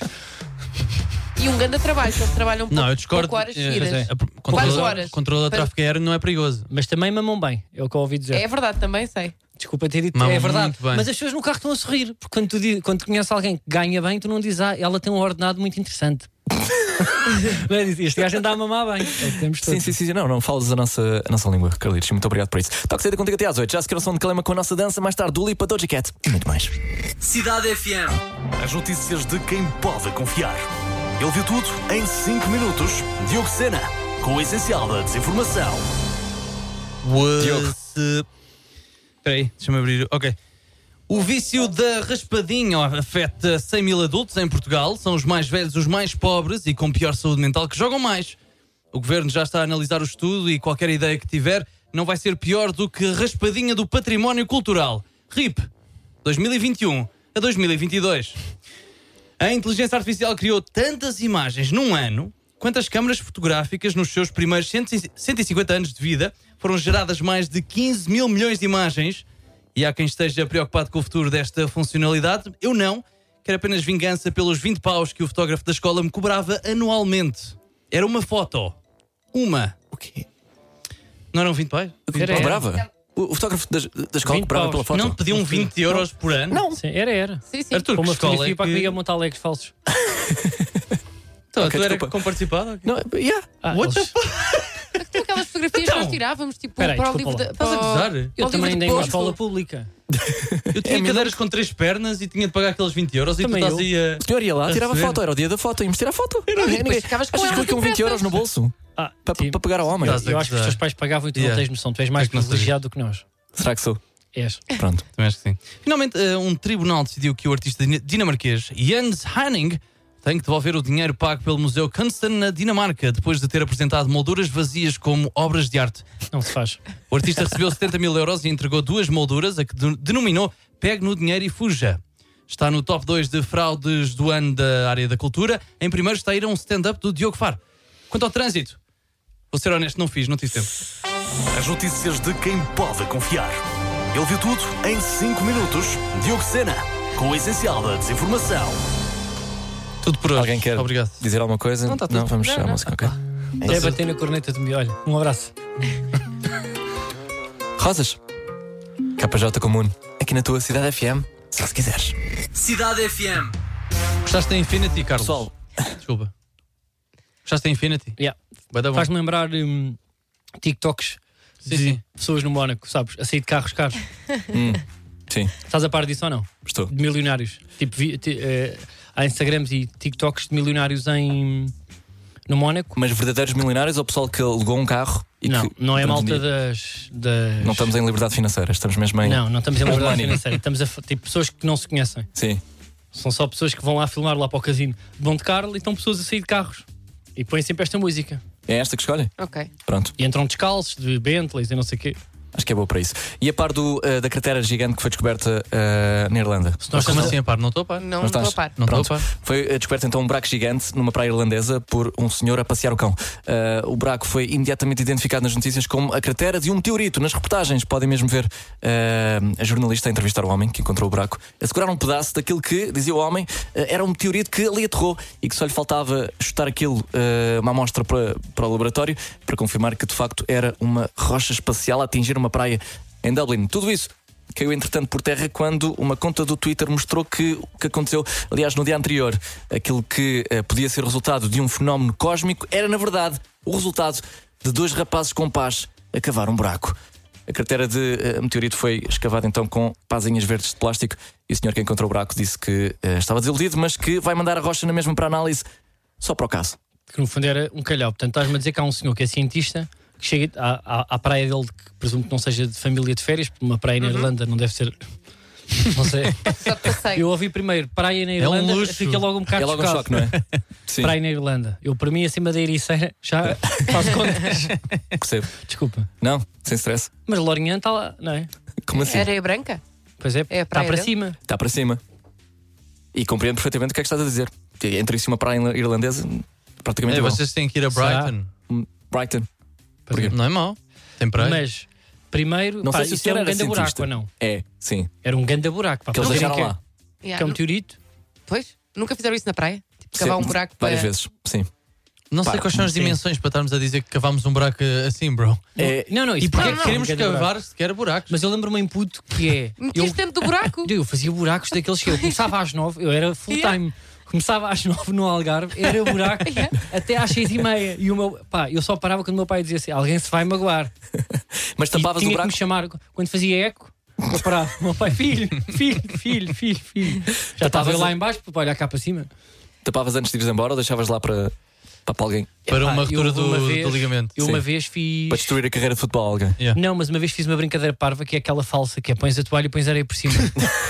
Speaker 6: E um grande trabalho, que eles trabalham pouco,
Speaker 5: Não, eu discordo.
Speaker 6: pouco horas
Speaker 5: eh,
Speaker 6: seguidas.
Speaker 5: mas é, a-
Speaker 6: Quatro
Speaker 5: controla-
Speaker 6: horas.
Speaker 5: Controle da
Speaker 6: Para-
Speaker 5: tráfego aéreo não é perigoso.
Speaker 3: Mas também mamam bem, é o que eu ouvi dizer.
Speaker 6: É verdade, também sei.
Speaker 3: Desculpa ter dito,
Speaker 5: Mamam
Speaker 3: é verdade.
Speaker 5: muito bem.
Speaker 3: Mas as pessoas no carro estão a sorrir. Porque quando tu, di- quando tu conheces alguém que ganha bem, tu não dizes, ah, ela tem um ordenado muito interessante. [laughs] Não é? Dizes, este gajo anda a mamar bem. É o que temos
Speaker 4: Sim,
Speaker 3: todos.
Speaker 4: sim, sim, sim. Não, não falas a nossa, a nossa língua, Carlitos. Muito obrigado por isso. Toque cedo contigo até às 8. Já se quer o som de Calema com a nossa dança, mais tarde do Lipa, Doja Cat e muito mais.
Speaker 1: Cidade FM. As notícias de quem pode confiar. Ele viu tudo em 5 minutos. Diogo Sena, com o essencial da desinformação.
Speaker 5: Was.
Speaker 4: Diogo.
Speaker 5: Espera aí, deixa-me abrir. Ok. O vício da raspadinha afeta 100 mil adultos em Portugal. São os mais velhos, os mais pobres e com pior saúde mental que jogam mais. O governo já está a analisar o estudo e qualquer ideia que tiver não vai ser pior do que a raspadinha do património cultural. RIP 2021 a 2022. A inteligência artificial criou tantas imagens num ano quanto as câmaras fotográficas nos seus primeiros 100 150 anos de vida foram geradas mais de 15 mil milhões de imagens. E há quem esteja preocupado com o futuro desta funcionalidade. Eu não. Quero apenas vingança pelos 20 paus que o fotógrafo da escola me cobrava anualmente. Era uma foto. Uma.
Speaker 4: O quê?
Speaker 5: Não eram 20 paus?
Speaker 3: Era, era.
Speaker 4: Cobrava? O, o fotógrafo da, da escola
Speaker 3: 20
Speaker 4: cobrava pela
Speaker 3: É. paus.
Speaker 4: foto?
Speaker 5: Não te pediam 20 euros por ano? Não.
Speaker 3: Sim, era, era.
Speaker 6: Sim, sim.
Speaker 5: Arthur,
Speaker 3: Com
Speaker 5: que
Speaker 3: uma
Speaker 5: escola é
Speaker 3: fotografia para que
Speaker 5: que...
Speaker 3: diga montar alegres falsos.
Speaker 5: Então,
Speaker 4: Ok,
Speaker 5: Tu era
Speaker 4: desculpa.
Speaker 5: com participado?
Speaker 4: Não, yeah.
Speaker 3: Ah,
Speaker 5: What the
Speaker 3: eles-
Speaker 6: Então, aquelas fotografias que nós tirávamos, tipo,
Speaker 3: Peraí,
Speaker 6: para o
Speaker 3: desculpa lá.
Speaker 6: livro da.
Speaker 5: Estás a
Speaker 6: para o-
Speaker 5: gozar?
Speaker 3: Eu também
Speaker 6: Ao livro de
Speaker 3: andei numa
Speaker 6: posto.
Speaker 3: escola pública.
Speaker 5: Eu tinha cadeiras com três pernas e tinha de pagar aqueles 20 euros
Speaker 3: É Também
Speaker 5: e tu estás
Speaker 3: eu.
Speaker 5: aí a.
Speaker 4: O senhor ia lá,
Speaker 5: A
Speaker 4: tirava
Speaker 5: receber.
Speaker 4: foto, era o dia da foto, íamos tirar foto. Era
Speaker 6: depois ficavas com
Speaker 4: Achas
Speaker 6: ela
Speaker 4: que com
Speaker 6: de
Speaker 4: 20 euros no bolso?
Speaker 3: Ah,
Speaker 4: Para
Speaker 3: sim.
Speaker 4: para pagar ao homem?
Speaker 5: Estás Tá a
Speaker 3: Eu acho que os
Speaker 5: gozar.
Speaker 3: teus pais pagavam e tu
Speaker 5: Yeah.
Speaker 3: não tens noção. Tu és mais
Speaker 5: É que não sabia.
Speaker 3: privilegiado do que nós.
Speaker 4: Será que sou?
Speaker 3: És.
Speaker 4: Pronto.
Speaker 5: Também acho que sim. Finalmente, eh, um tribunal decidiu que o artista dina- dinamarquês Jens Hanning tem que devolver o dinheiro pago pelo Museu Kunsten na Dinamarca depois de ter apresentado molduras vazias como obras de arte.
Speaker 3: Não se faz.
Speaker 5: O artista recebeu 70 mil euros e entregou duas molduras, a que de- denominou Pegue no Dinheiro e Fuja. Está no top 2 de fraudes do ano da área da cultura. Em primeiro está a ir a um stand-up do Diogo Faro. Quanto ao trânsito, vou ser honesto, não fiz, não tive tempo.
Speaker 1: As notícias de quem pode confiar. Ele viu tudo em 5 minutos. Diogo Sena, com o essencial da desinformação.
Speaker 5: Tudo por hoje.
Speaker 4: Alguém quer
Speaker 5: Obrigado.
Speaker 4: dizer alguma coisa? Não,
Speaker 5: tá tudo.
Speaker 4: vamos fechar a música, ok.
Speaker 3: É bater na corneta de mim. Olha, um abraço.
Speaker 4: Rosas. KJ Comune. Aqui na tua cidade FM, só se quiseres.
Speaker 1: Cidade FM.
Speaker 5: Gostaste da Infinity, Carlos?
Speaker 4: Pessoal,
Speaker 5: Desculpa. Gostaste da Infinity?
Speaker 3: Yeah.
Speaker 5: Vai dar Tá bom.
Speaker 3: Faz-me lembrar hum, TikToks
Speaker 5: Sim,
Speaker 3: de
Speaker 5: sim.
Speaker 3: pessoas no Mónaco, sabes? A sair de carros caros.
Speaker 4: sim,
Speaker 3: Estás a par disso ou não?
Speaker 4: estou.
Speaker 3: De milionários. Tipo, vi, ti- eh, há Instagrams e TikToks de milionários em. no Mónaco.
Speaker 4: Mas verdadeiros milionários ou pessoal que alugou um carro e
Speaker 3: Não,
Speaker 4: que.
Speaker 3: não é a
Speaker 4: durante o
Speaker 3: malta
Speaker 4: dia-
Speaker 3: das. das...
Speaker 4: Não estamos em liberdade financeira, estamos mesmo em.
Speaker 3: Não, não estamos a
Speaker 4: Money.
Speaker 3: liberdade financeira. Estamos a fa- tipo, pessoas que não se conhecem.
Speaker 4: Sim.
Speaker 3: São só pessoas que vão lá filmar lá para o casino. Vão de carro e estão pessoas a sair de carros. E põem sempre esta música.
Speaker 4: É esta que escolhe?
Speaker 6: Ok.
Speaker 4: Pronto,
Speaker 3: E entram descalços, de Bentleys e não sei o quê.
Speaker 4: acho que é boa para isso. E a par do, eh, da cratera gigante que foi descoberta eh, na Irlanda?
Speaker 3: Se nós
Speaker 5: Como
Speaker 3: estamos
Speaker 5: assim a par? Não estou a par.
Speaker 6: Não
Speaker 4: Não
Speaker 6: estou
Speaker 4: estás?
Speaker 6: a par.
Speaker 5: Não estou a
Speaker 4: Pronto.
Speaker 5: par.
Speaker 4: Foi eh, descoberto então um buraco gigante numa praia irlandesa por um senhor a passear o cão. Eh, o buraco foi imediatamente identificado nas notícias como a cratera de um meteorito. Nas reportagens podem mesmo ver eh, a jornalista a entrevistar o homem que encontrou o buraco, a segurar um pedaço daquilo que, dizia o homem, eh, era um meteorito que ali aterrou e que só lhe faltava chutar aquilo, eh, uma amostra para, para o laboratório, para confirmar que de facto era uma rocha espacial a atingir uma praia em Dublin. Tudo isso Caiu entretanto por terra quando uma conta do Twitter mostrou que o que aconteceu, aliás, no dia anterior, aquilo que eh, podia ser resultado de um fenómeno cósmico era, na verdade, o resultado de dois rapazes com paz a cavar um buraco. A cratera de eh, meteorito foi escavada então com pazinhas verdes de plástico e o senhor que encontrou o buraco disse que eh, estava desiludido, mas que vai mandar a rocha na mesma para análise só para o caso.
Speaker 3: que no fundo era um calhau. Portanto, estás-me a dizer que há um senhor que é cientista que chega à, à- à praia dele, que presumo que não seja de família de férias, porque uma praia na Irlanda não deve ser. [laughs] Não sei.
Speaker 6: Só passei.
Speaker 3: Eu ouvi primeiro praia na
Speaker 5: um
Speaker 3: Irlanda,
Speaker 5: luxo.
Speaker 3: fiquei logo um bocado
Speaker 4: é logo um
Speaker 3: chocado.
Speaker 4: choque, não é? Sim,
Speaker 3: Praia na Irlanda. Eu, para mim, acima da Ericeira, já
Speaker 4: [laughs]
Speaker 3: faço contas.
Speaker 4: percebo.
Speaker 3: Desculpa.
Speaker 4: Não, sem stress.
Speaker 3: Mas Lorinhã está lá, não é?
Speaker 4: Como assim?
Speaker 6: Areia branca?
Speaker 3: Pois é,
Speaker 6: É a
Speaker 3: está
Speaker 6: praia
Speaker 3: para
Speaker 6: dele?
Speaker 3: cima.
Speaker 4: Está Tá para cima. E compreendo perfeitamente o que é que estás a dizer. Que Entre isso e uma praia irlandesa, praticamente
Speaker 5: É,
Speaker 4: igual.
Speaker 5: vocês têm que ir a
Speaker 3: Será?
Speaker 5: Brighton.
Speaker 4: Brighton.
Speaker 3: Pois é.
Speaker 5: Não é mau. Tem praia.
Speaker 3: Mas, primeiro,
Speaker 4: Não
Speaker 3: pá,
Speaker 4: sei se o
Speaker 3: isso
Speaker 4: senhor
Speaker 3: era um
Speaker 4: era
Speaker 3: ganda buraco,
Speaker 4: cientista.
Speaker 3: ou não?
Speaker 4: É, sim.
Speaker 3: Era um ganda buraco. Pá,
Speaker 4: Que eles
Speaker 3: para
Speaker 4: deixaram
Speaker 3: verem
Speaker 4: lá.
Speaker 3: Que é, que é um meteorito.
Speaker 6: Pois? Nunca fizeram isso na praia? Tipo, cavar um
Speaker 4: Sim,
Speaker 6: buraco
Speaker 4: Várias
Speaker 6: para.
Speaker 4: vezes, sim.
Speaker 5: não sei
Speaker 4: pá,
Speaker 5: quais são as
Speaker 3: sim.
Speaker 5: dimensões para estarmos a dizer que cavámos um buraco eh, assim, bro.
Speaker 4: É,
Speaker 3: Não, não, isso
Speaker 5: E porquê é
Speaker 3: não,
Speaker 5: que
Speaker 3: não,
Speaker 5: queremos
Speaker 3: um ganda buraco.
Speaker 5: cavar sequer buracos?
Speaker 3: Mas eu lembro-me em puto que
Speaker 6: [laughs]
Speaker 3: é. eu-
Speaker 6: Metiste dentro do buraco?
Speaker 3: [laughs] Eu fazia buracos daqueles que eu começava às nove, eu era full time. Começava às nove no Algarve, era buraco
Speaker 6: [laughs]
Speaker 3: até às seis e meia. E o meu, pá, eu só parava quando o meu pai dizia assim: alguém se vai magoar.
Speaker 4: mas
Speaker 3: E
Speaker 4: tapavas o
Speaker 3: tinha
Speaker 4: buraco.
Speaker 3: que me chamar quando fazia eco. Eu parava, o meu pai, filho, filho, filho, filho,
Speaker 4: [laughs]
Speaker 3: filho. Já estava eu lá embaixo para olhar cá para cima.
Speaker 4: Tapavas antes de ires embora ou deixavas lá para. Pá, para alguém.
Speaker 5: Para
Speaker 3: Epá,
Speaker 5: uma
Speaker 3: eu
Speaker 5: ruptura do,
Speaker 3: uma vez-
Speaker 5: do ligamento.
Speaker 3: Eu
Speaker 4: Sim.
Speaker 3: uma vez fiz.
Speaker 4: Para destruir a carreira de futebol a alguém.
Speaker 5: Yeah.
Speaker 3: Não, mas uma vez fiz uma brincadeira parva que é aquela falsa, que é pões a toalha e pões areia por cima.
Speaker 6: [laughs]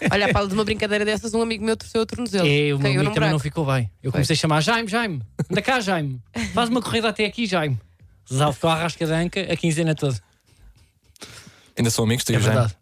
Speaker 6: Então, Olha, Paulo, de uma brincadeira dessas, um amigo meu torceu o tornozelo.
Speaker 3: é, o meu
Speaker 6: Caiu
Speaker 3: amigo
Speaker 6: num
Speaker 3: também não
Speaker 6: buraco.
Speaker 3: ficou bem. Eu comecei a chamar Jaime, Jaime, anda cá, Jaime, faz uma corrida até aqui, Jaime. Zalvo ficou à rasca da anca a quinzena toda.
Speaker 4: Ainda são amigos, tu e
Speaker 3: É
Speaker 4: o Jaime?
Speaker 3: verdade.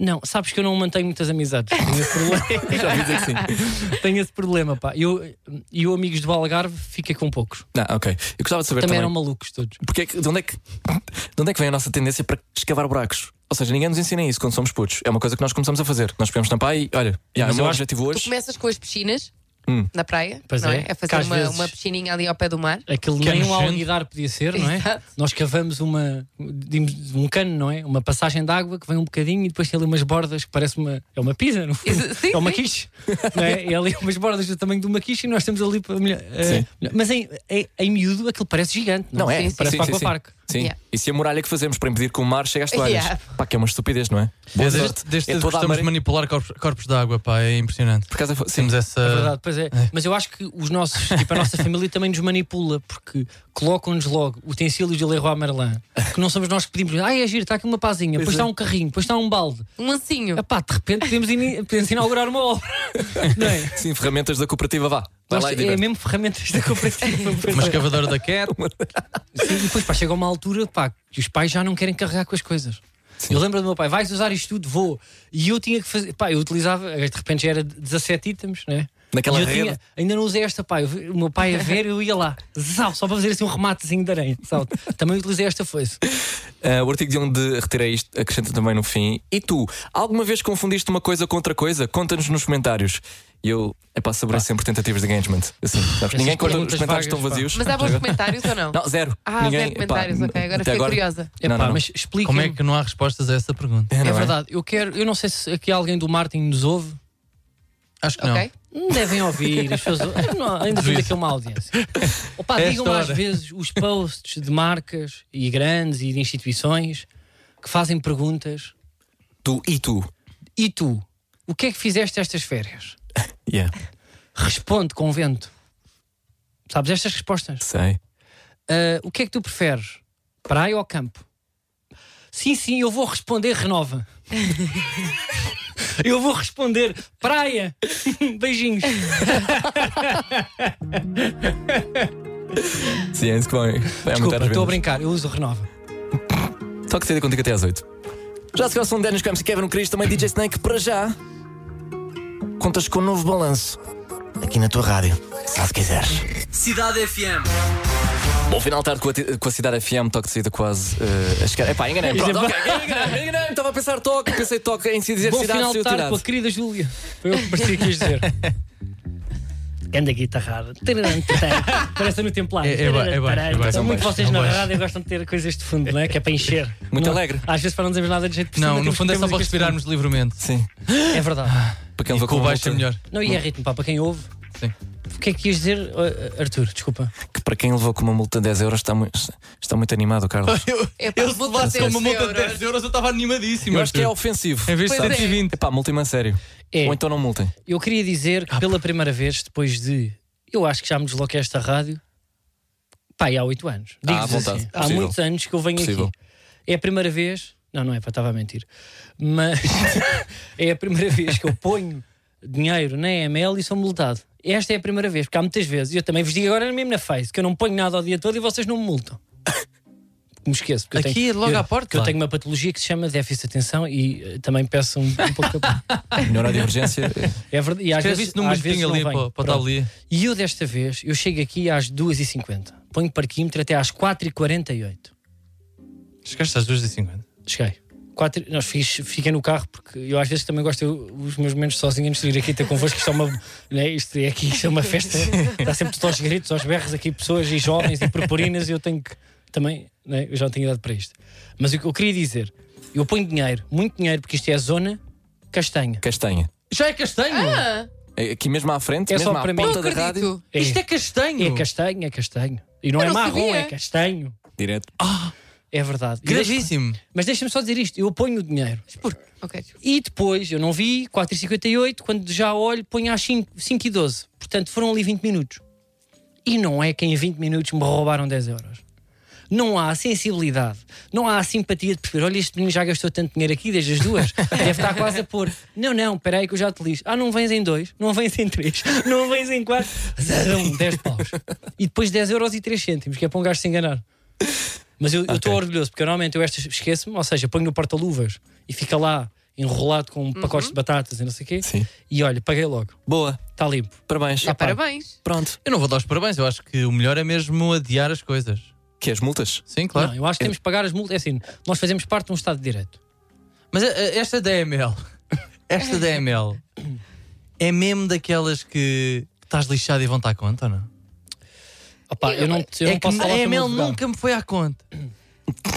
Speaker 3: Não, sabes que eu não mantenho muitas amizades. Tenho esse problema.
Speaker 4: Já [laughs] ouvi dizer que
Speaker 3: [laughs]
Speaker 4: sim.
Speaker 3: Tenho esse problema, pá. Eu, e o Amigos do Algarve fica com poucos.
Speaker 4: Não, ok. Eu gostava de saber
Speaker 3: Também um
Speaker 4: também.
Speaker 3: eram malucos todos.
Speaker 4: Porque é que- de, onde é que, de onde é que vem a nossa tendência para escavar buracos? Ou seja, ninguém nos ensina isso quando somos putos. É uma coisa que nós começamos a fazer. Nós pegamos na pai e, olha, já, o
Speaker 3: Mas
Speaker 4: meu
Speaker 3: eu acho
Speaker 4: objetivo
Speaker 6: Tu
Speaker 4: hoje.
Speaker 6: começas com as piscinas
Speaker 4: Hum.
Speaker 6: na praia,
Speaker 3: Pois
Speaker 6: não é?
Speaker 3: é, que
Speaker 6: É fazer
Speaker 3: às
Speaker 6: uma,
Speaker 3: vezes-
Speaker 6: uma piscininha ali ao pé do mar.
Speaker 3: Aquele
Speaker 5: Que é
Speaker 3: nem um
Speaker 5: nojento.
Speaker 3: alguidar podia ser, não é?
Speaker 6: Exato.
Speaker 3: Nós cavamos uma, dimos um cano, não é? Uma passagem de água que vem um bocadinho e depois tem ali umas bordas que parece uma. É uma pizza, não
Speaker 6: Isso, sim,
Speaker 3: É uma
Speaker 6: sim.
Speaker 3: quiche. não é? é ali umas bordas do tamanho de uma quiche e nós temos ali. Para, melhor- eh,
Speaker 4: Sim.
Speaker 3: melhor- mas em, em, em miúdo aquilo parece gigante, não,
Speaker 4: Não é?
Speaker 6: Sim, sim.
Speaker 3: Parece
Speaker 4: Sim,
Speaker 3: um
Speaker 4: sim, sim.
Speaker 3: aquaparque.
Speaker 4: Sim.
Speaker 6: Yeah.
Speaker 4: E se a muralha que fazemos para impedir que o mar chegue às toalhas?
Speaker 6: Yeah.
Speaker 4: Pá, que é uma estupidez, não é? Boa
Speaker 5: Desde,
Speaker 4: sorte.
Speaker 5: desde, desde
Speaker 4: é
Speaker 5: que
Speaker 4: toda a
Speaker 5: gostamos
Speaker 4: mar...
Speaker 5: de manipular corpos, corpos de água, pá, é impressionante.
Speaker 4: Por acaso, é- sim,
Speaker 5: Temos essa.
Speaker 3: É verdade, pois é. Mas eu acho que os nossos, tipo, a nossa família também nos manipula, porque colocam-nos logo utensílios de Leroy Merlin, que não somos nós que pedimos. Ah, é giro, está aqui uma pazinha, depois está um carrinho, depois está um balde.
Speaker 6: Um ancinho.
Speaker 3: Epá, de repente podemos, ini- podemos inaugurar uma
Speaker 4: [laughs]
Speaker 3: obra. Não é?
Speaker 4: sim, ferramentas da cooperativa, vá. Vai
Speaker 3: Nós-
Speaker 4: lá e
Speaker 3: é
Speaker 4: diverte.
Speaker 3: mesmo ferramentas da cooperativa.
Speaker 4: [laughs]
Speaker 3: pois
Speaker 5: Uma
Speaker 3: é.
Speaker 5: escavadora da Cat.
Speaker 3: Sim, e depois pá, chega uma altura pá, que os pais já não querem carregar com as coisas. Eu lembro do meu pai, vais usar isto tudo, vou. E eu tinha que fazer, pá, eu utilizava, de repente já era 17 itens, né?
Speaker 4: Naquela
Speaker 3: E eu
Speaker 4: rede.
Speaker 3: tinha- ainda não usei esta, pá. Eu vi- o meu pai a ver, eu ia lá, Zau, só para fazer assim um rematezinho de aranha. Zau. Também utilizei esta foice.
Speaker 4: Ah, o artigo de onde retirei isto acrescenta também no fim. E tu, alguma vez confundiste uma coisa com outra coisa? Conta-nos nos comentários. E eu, é pá, saberei sempre tentativas de engagement. Assim, sabes? Ninguém conta, os
Speaker 3: perguntas
Speaker 4: comentários
Speaker 3: vagas,
Speaker 4: estão vazios.
Speaker 6: Mas há bons comentários ou não?
Speaker 4: Não, zero.
Speaker 6: Ah,
Speaker 4: Ninguém,
Speaker 6: zero comentários, ok. Agora
Speaker 4: até
Speaker 6: fiquei curiosa.
Speaker 3: É
Speaker 4: Não, não,
Speaker 3: pá,
Speaker 4: não.
Speaker 3: mas explica
Speaker 5: Como é que não há respostas a essa pergunta?
Speaker 4: É, não
Speaker 3: É
Speaker 4: é?
Speaker 3: verdade, eu quero, eu não sei se aqui alguém do Martin nos ouve.
Speaker 5: Acho que não.
Speaker 6: Ok?
Speaker 3: Não Hum, devem ouvir, as pessoas. Não, ainda temos aqui uma audiência. Opa,
Speaker 5: Esta
Speaker 3: digam-me às
Speaker 5: hora.
Speaker 3: vezes os posts de marcas e grandes e de instituições que fazem perguntas.
Speaker 4: Tu
Speaker 3: é
Speaker 4: e tu.
Speaker 3: E tu, o que é que fizeste estas férias?
Speaker 4: Yeah,
Speaker 3: Responde com vento. Sabes estas respostas?
Speaker 4: sei.
Speaker 3: Ah, o que é que tu preferes? Praia ou campo? Sim, sim, eu vou responder renova.
Speaker 5: [laughs]
Speaker 3: eu vou responder praia. [laughs] Beijinhos.
Speaker 4: Sim, é isso que vai.
Speaker 3: Desculpa,
Speaker 4: vai aumentar as
Speaker 3: estou a
Speaker 4: vendas.
Speaker 3: brincar, eu uso renova.
Speaker 4: Só que saída contigo até às 8. Já se calhar são Dennis Camps e Kevin Chris, também DJ Snake para já. Contas com um novo balanço.
Speaker 7: Aqui na tua rádio, se se quiseres.
Speaker 1: Cidade FM.
Speaker 4: Bom final de tarde com a, ti- com a Cidade FM, toque de saída quase eh, a chegar. Epá, enganei. Pronto, ok, enganei, enganei. Estava a pensar toque, pensei toque em se dizer
Speaker 3: Bom
Speaker 4: cidade,
Speaker 3: final
Speaker 4: saiu
Speaker 3: de tarde
Speaker 4: tirado.
Speaker 3: com a querida Júlia. Foi eu que parecia que ias dizer. [laughs] Ganda guitarrada. Tararam, tararam. Parece no templário.
Speaker 5: É- é ba- é baixo, é
Speaker 3: Tararam,
Speaker 5: baixo,
Speaker 3: tararam.
Speaker 5: é
Speaker 3: Muito
Speaker 5: baixo,
Speaker 3: vocês
Speaker 5: é
Speaker 3: na
Speaker 5: baixo.
Speaker 3: rádio gostam de ter coisas de fundo, não é? Que é para encher.
Speaker 4: Muito
Speaker 3: Não-
Speaker 4: alegre.
Speaker 3: Às vezes para não dizermos nada de jeito por cima,
Speaker 5: Não, no
Speaker 3: temos
Speaker 5: fundo
Speaker 3: que
Speaker 5: é
Speaker 3: ter
Speaker 5: só para
Speaker 3: músicas de fundo.
Speaker 5: respirarmos livremente.
Speaker 4: Sim,
Speaker 3: É verdade.
Speaker 4: para quem levou
Speaker 5: Com o
Speaker 4: uma
Speaker 5: baixo é
Speaker 4: multa-
Speaker 5: melhor.
Speaker 3: Não, e é ritmo, pá, para quem ouve.
Speaker 5: Sim.
Speaker 3: O que é que ias dizer, oh, Arthur? Desculpa.
Speaker 4: Que para quem levou com uma multa de 10 euros está, mu- está muito animado, Carlos.
Speaker 6: É pá, vou dar 10
Speaker 5: uma multa de
Speaker 6: euros.
Speaker 5: 10 euros, eu estava animadíssimo.
Speaker 4: Eu acho que é
Speaker 5: Arthur.
Speaker 4: ofensivo.
Speaker 5: Em vez de
Speaker 6: Pois é.
Speaker 5: 120.
Speaker 4: Epá, multem-me a sério.
Speaker 3: É.
Speaker 4: Ou então não multem.
Speaker 3: Eu queria dizer
Speaker 4: Ah,
Speaker 3: que pela primeira vez, depois de. Eu acho que já me desloquei esta rádio. Pá, e há oito anos.
Speaker 4: Ah, à
Speaker 3: Digo-vos
Speaker 4: vontade.
Speaker 3: assim, há
Speaker 4: Possível.
Speaker 3: muitos anos que eu venho
Speaker 4: Possível.
Speaker 3: aqui. É a primeira vez. Não, não é, pá, estava a mentir. Mas [laughs] é a primeira vez que eu ponho dinheiro na EML e sou multado. Esta é a primeira vez, porque há muitas vezes, e eu também vos digo agora mesmo na face, que eu não ponho nada ao dia todo e vocês não me multam. [coughs] Me esqueço. Porque eu
Speaker 5: Aqui,
Speaker 3: tenho,
Speaker 5: logo
Speaker 3: eu-
Speaker 5: à porta.
Speaker 3: que Eu tenho uma patologia que se chama déficit de atenção e eh, também peço um, um pouco de
Speaker 4: [laughs]
Speaker 3: apoio.
Speaker 4: Neurodivergência.
Speaker 3: É verdade. E às
Speaker 5: Escreve
Speaker 3: vezes,
Speaker 5: isso num
Speaker 3: às
Speaker 5: bilhetinho
Speaker 3: vezes não
Speaker 5: ali
Speaker 3: vem.
Speaker 5: para- para o
Speaker 3: Pronto.
Speaker 5: tabuleiro.
Speaker 3: E eu desta vez, eu chego aqui às 2h50. Ponho parquímetro até às 4h48.
Speaker 5: Chegaste às 2h50.
Speaker 3: Cheguei. Quatro, nós fiz, fiquei no carro porque eu às vezes também gosto eu, os meus momentos sozinho antes de ir aqui ter convosco. Isto é uma, [laughs] né, isto é aqui, isto é uma festa. Está sempre tudo aos gritos, aos berros aqui, pessoas e jovens e purpurinas. E eu tenho que também, né, eu já não tenho idade para isto. Mas o que eu queria dizer, eu ponho dinheiro, muito dinheiro, porque isto é a zona castanha.
Speaker 4: Castanha.
Speaker 5: Já é castanho?
Speaker 6: Ah,
Speaker 4: É Aqui mesmo à frente,
Speaker 3: É
Speaker 4: mesmo
Speaker 3: só
Speaker 4: à
Speaker 3: para mim.
Speaker 4: porta
Speaker 6: não
Speaker 4: da rádio.
Speaker 6: acredito.
Speaker 3: É,
Speaker 5: Isto é castanho.
Speaker 3: é castanho, é castanho. E não
Speaker 6: Hum. Eu
Speaker 3: é
Speaker 6: não
Speaker 3: marrom,
Speaker 6: sabia.
Speaker 3: é castanho.
Speaker 4: Direto. Ah,
Speaker 3: É verdade. E deixa-
Speaker 5: Gravíssimo.
Speaker 3: mas deixa-me só dizer isto: eu ponho o dinheiro.
Speaker 6: Ok.
Speaker 3: E depois, eu não vi, 4h58, quando já olho, ponho às 5, 5 e 12. Portanto, foram ali 20 minutos. E não é que em 20 minutos me roubaram 10 euros. Não há sensibilidade, não há simpatia de perceber. Olha, este menino já gastou tanto dinheiro aqui desde as duas, deve estar quase a pôr. Não, não, espera aí que eu já te lixo. Ah, não vens em dois, não vens em três, não vens em quatro. Zão, 10 paus. E depois 10 euros e 3 cêntimos, que é para um gajo se enganar. Mas eu eu estou orgulhoso, porque normalmente eu estas esqueço-me, ou seja, ponho no porta-luvas e fica lá enrolado
Speaker 5: Uhum.
Speaker 3: com pacotes de batatas e não sei o quê.
Speaker 4: Sim.
Speaker 3: E olha, paguei logo,
Speaker 4: Boa,
Speaker 3: está limpo.
Speaker 4: parabéns.
Speaker 6: Dá É, Então, parabéns.
Speaker 4: Pronto,
Speaker 5: Eu não vou dar os parabéns, eu acho que o melhor é mesmo adiar as coisas.
Speaker 4: que as multas?
Speaker 5: Sim, claro.
Speaker 3: Não, eu acho que temos que pagar as multas. É assim, nós fazemos parte de um Estado de Direito.
Speaker 5: Mas eh, esta da ML, esta da ML, é mesmo daquelas que estás lixado e vão estar à conta ou não?
Speaker 3: Opá, eu, não, eu
Speaker 5: é
Speaker 3: não posso
Speaker 5: que
Speaker 3: falar pelo
Speaker 5: a
Speaker 3: meu
Speaker 5: ML
Speaker 3: advogado.
Speaker 5: nunca me foi à conta.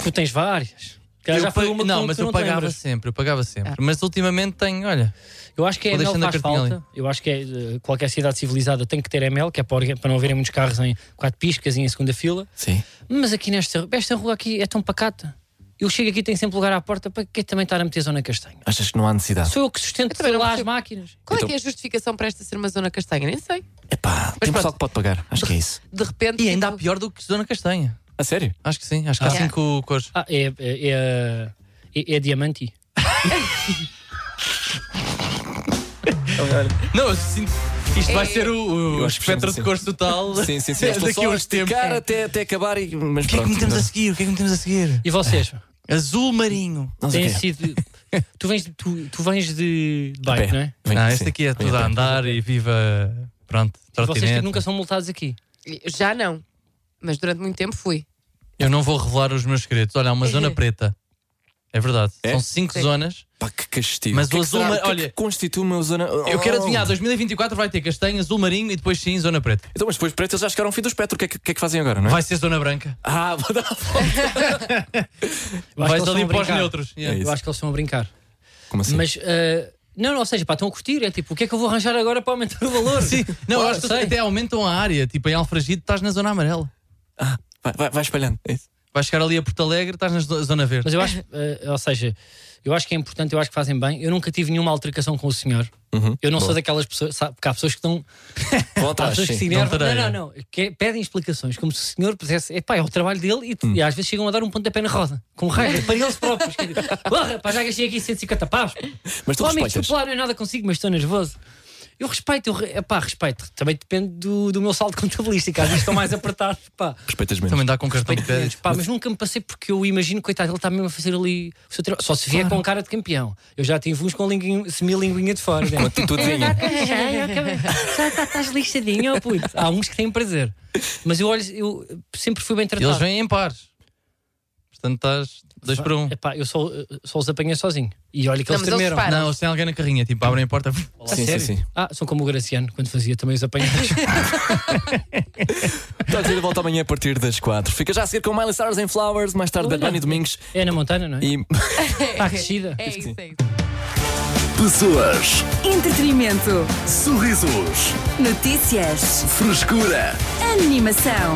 Speaker 3: Tu tens várias. Cara,
Speaker 5: Eu
Speaker 3: já foi
Speaker 5: pa-
Speaker 3: uma que
Speaker 5: não, É.
Speaker 3: tu
Speaker 5: mas
Speaker 3: não
Speaker 5: eu
Speaker 3: te
Speaker 5: pagava
Speaker 3: lembras.
Speaker 5: sempre, eu pagava sempre. Mas ultimamente tenho, olha,
Speaker 3: Eu acho que a
Speaker 5: Vou
Speaker 3: ML
Speaker 5: deixando a
Speaker 3: faz
Speaker 5: cartinha
Speaker 3: falta. Eu acho que é, eh, qualquer cidade civilizada tem que ter ML, que é para, orga- para não haverem muitos carros em quatro piscas e em segunda fila.
Speaker 4: Sim.
Speaker 3: Mas aqui nesta esta rua aqui é tão pacata. Eu chego aqui tem sempre lugar à porta para que também estar a meter zona castanha.
Speaker 4: Achas que não há necessidade?
Speaker 3: Sou eu que sustento
Speaker 6: também não
Speaker 3: lá as
Speaker 6: percebo.
Speaker 3: máquinas.
Speaker 6: Qual
Speaker 4: Então-
Speaker 6: é que é a justificação para esta ser uma zona castanha? Nem sei.
Speaker 4: Epá, tem pessoal
Speaker 6: pronto.
Speaker 4: que pode pagar. Acho que é isso.
Speaker 6: De repente.
Speaker 5: e ainda há
Speaker 6: tipo,
Speaker 5: pior do que Zona Castanha.
Speaker 4: A sério?
Speaker 5: Acho que sim, acho que há
Speaker 6: Ah.
Speaker 5: cinco cores.
Speaker 3: Ah, é, é, é, é, é diamante.
Speaker 5: Não, eu sinto. Isto vai ser o, o
Speaker 4: É. Eu acho que
Speaker 5: espectro
Speaker 4: precisamos
Speaker 5: de
Speaker 4: ser.
Speaker 5: cores total.
Speaker 4: Sim, sim, sim.
Speaker 5: [laughs] Daqui a uns tempos.
Speaker 4: Cara, até, até acabar e. Mas
Speaker 5: É. O que é que
Speaker 4: pronto,
Speaker 5: metemos a
Speaker 4: não-
Speaker 5: seguir? O que é que metemos a seguir?
Speaker 3: E vocês?
Speaker 5: Azul marinho.
Speaker 4: não sei o
Speaker 3: Tem
Speaker 4: quê.
Speaker 3: sido. [laughs] tu vens, de- tu, tu vens de de
Speaker 4: Pé.
Speaker 3: bike, não é?
Speaker 4: Vem,
Speaker 5: ah,
Speaker 4: sim.
Speaker 5: este aqui é
Speaker 4: Vem
Speaker 5: tudo
Speaker 4: até.
Speaker 5: a andar e viva. Pronto,
Speaker 3: E Vocês
Speaker 5: trotinete.
Speaker 3: tipo, nunca são multados aqui.
Speaker 6: Já não. Mas durante muito tempo fui.
Speaker 5: Eu não vou revelar os meus segredos. Olha, há uma zona preta. É verdade.
Speaker 4: É?
Speaker 5: São cinco
Speaker 6: Sim.
Speaker 5: zonas.
Speaker 4: Pá, que castigo.
Speaker 5: Mas
Speaker 4: O que é
Speaker 5: o
Speaker 4: que será? O
Speaker 5: azul-
Speaker 4: que é que
Speaker 5: olha-
Speaker 4: Constitui uma zona.
Speaker 5: Eu quero
Speaker 4: Oh.
Speaker 5: adivinhar, 2024 vai ter castanho, azul marinho e depois sim, zona preta.
Speaker 4: Então, mas depois pretos já chegaram ao fim do espectro. O que é que, o que é que fazem agora, não é?
Speaker 5: Vai ser zona branca.
Speaker 4: Ah, [laughs] vou dar a
Speaker 3: Eu acho que eles
Speaker 4: volta.
Speaker 5: Vais ali
Speaker 3: são a
Speaker 5: para os
Speaker 3: brincar.
Speaker 5: neutros. Yeah.
Speaker 4: É isso.
Speaker 3: Eu acho que eles estão a brincar.
Speaker 4: Como assim?
Speaker 3: Mas. ah, não, não, ou seja, pá, estão a curtir. É tipo, o que é que eu vou arranjar agora para aumentar o [laughs] valor?
Speaker 5: Sim, não, eu
Speaker 3: Claro,
Speaker 5: acho que
Speaker 3: Ah, sei.
Speaker 5: até aumentam a área. Tipo, em Alfragide estás na zona amarela.
Speaker 4: Ah, vai, vai, vai espalhando. É isso.
Speaker 5: Vais chegar ali a Porto Alegre, estás na zo- zona verde.
Speaker 3: Mas eu acho, eh, ou seja, eu acho que é importante, eu acho que fazem bem. Eu nunca tive nenhuma altercação com o senhor. Eu não sou daquelas pessoas, sabe, porque há pessoas que estão.
Speaker 4: Uhum. [laughs] Vão
Speaker 3: [laughs] Há
Speaker 4: atrás,
Speaker 3: pessoas que se
Speaker 4: sim.
Speaker 5: não
Speaker 3: enervam. Não,
Speaker 5: tareia.
Speaker 3: não, não. que é, pedem explicações, como se o senhor pusesse. Epá, é o trabalho dele
Speaker 4: Hum.
Speaker 3: e, e às vezes chegam a dar um pontapé na roda, com raiva, para eles próprios. Quer dizer, [laughs] Porra, pá, já gastei aqui 150 paus.
Speaker 4: Mas tu
Speaker 3: Homem,
Speaker 4: respeitas.
Speaker 3: desculpa lá, não é nada consigo, mas estou nervoso. Eu respeito, eu, re- epá, respeito. Também depende do, do meu saldo [laughs] contabilístico. Às vezes estão mais apertados, pá.
Speaker 4: Respeitas mesmo.
Speaker 5: Também dá com Um cartão de
Speaker 3: Respeito
Speaker 5: crédito.
Speaker 3: imenso, pá, mas nunca me passei porque eu imagino, coitado, ele está mesmo a fazer ali o seu trabalho. Só se vier com cara de campeão. Eu já tive uns com linguinho, semilinguinha de fora.
Speaker 6: [laughs]
Speaker 4: Com
Speaker 3: né?
Speaker 4: atitudezinha.
Speaker 2: Já estás
Speaker 3: Lixadinho, ó puto. Há uns que têm prazer. Mas eu olho, eu sempre fui bem
Speaker 5: E Eles
Speaker 3: tratado.
Speaker 5: vêm em pares. Portanto, estás dois para um.
Speaker 3: Epá, eu só, eh, só os apanhei sozinho. E olha que
Speaker 6: Não,
Speaker 3: eles
Speaker 6: mas eles
Speaker 3: tremeram.
Speaker 6: param.
Speaker 5: Não, eles têm alguém na carrinha, tipo, abrem a porta.
Speaker 3: A
Speaker 4: Sim, sim,
Speaker 3: sério?
Speaker 4: sim.
Speaker 3: Ah, são como o Graciano, quando fazia também os apanhos.
Speaker 4: Estás de volta amanhã a partir das 4. Fica já a seguir com Miley Cyrus em Flowers, mais tarde
Speaker 3: Olha.
Speaker 4: Bad Bunny Domingos
Speaker 3: é na montanha, não é?
Speaker 4: e.
Speaker 3: Está crescida.
Speaker 6: É isso, é isso.
Speaker 1: Pessoas,
Speaker 2: Entretenimento.
Speaker 1: sorrisos,
Speaker 2: Notícias.
Speaker 1: frescura.
Speaker 2: Animação.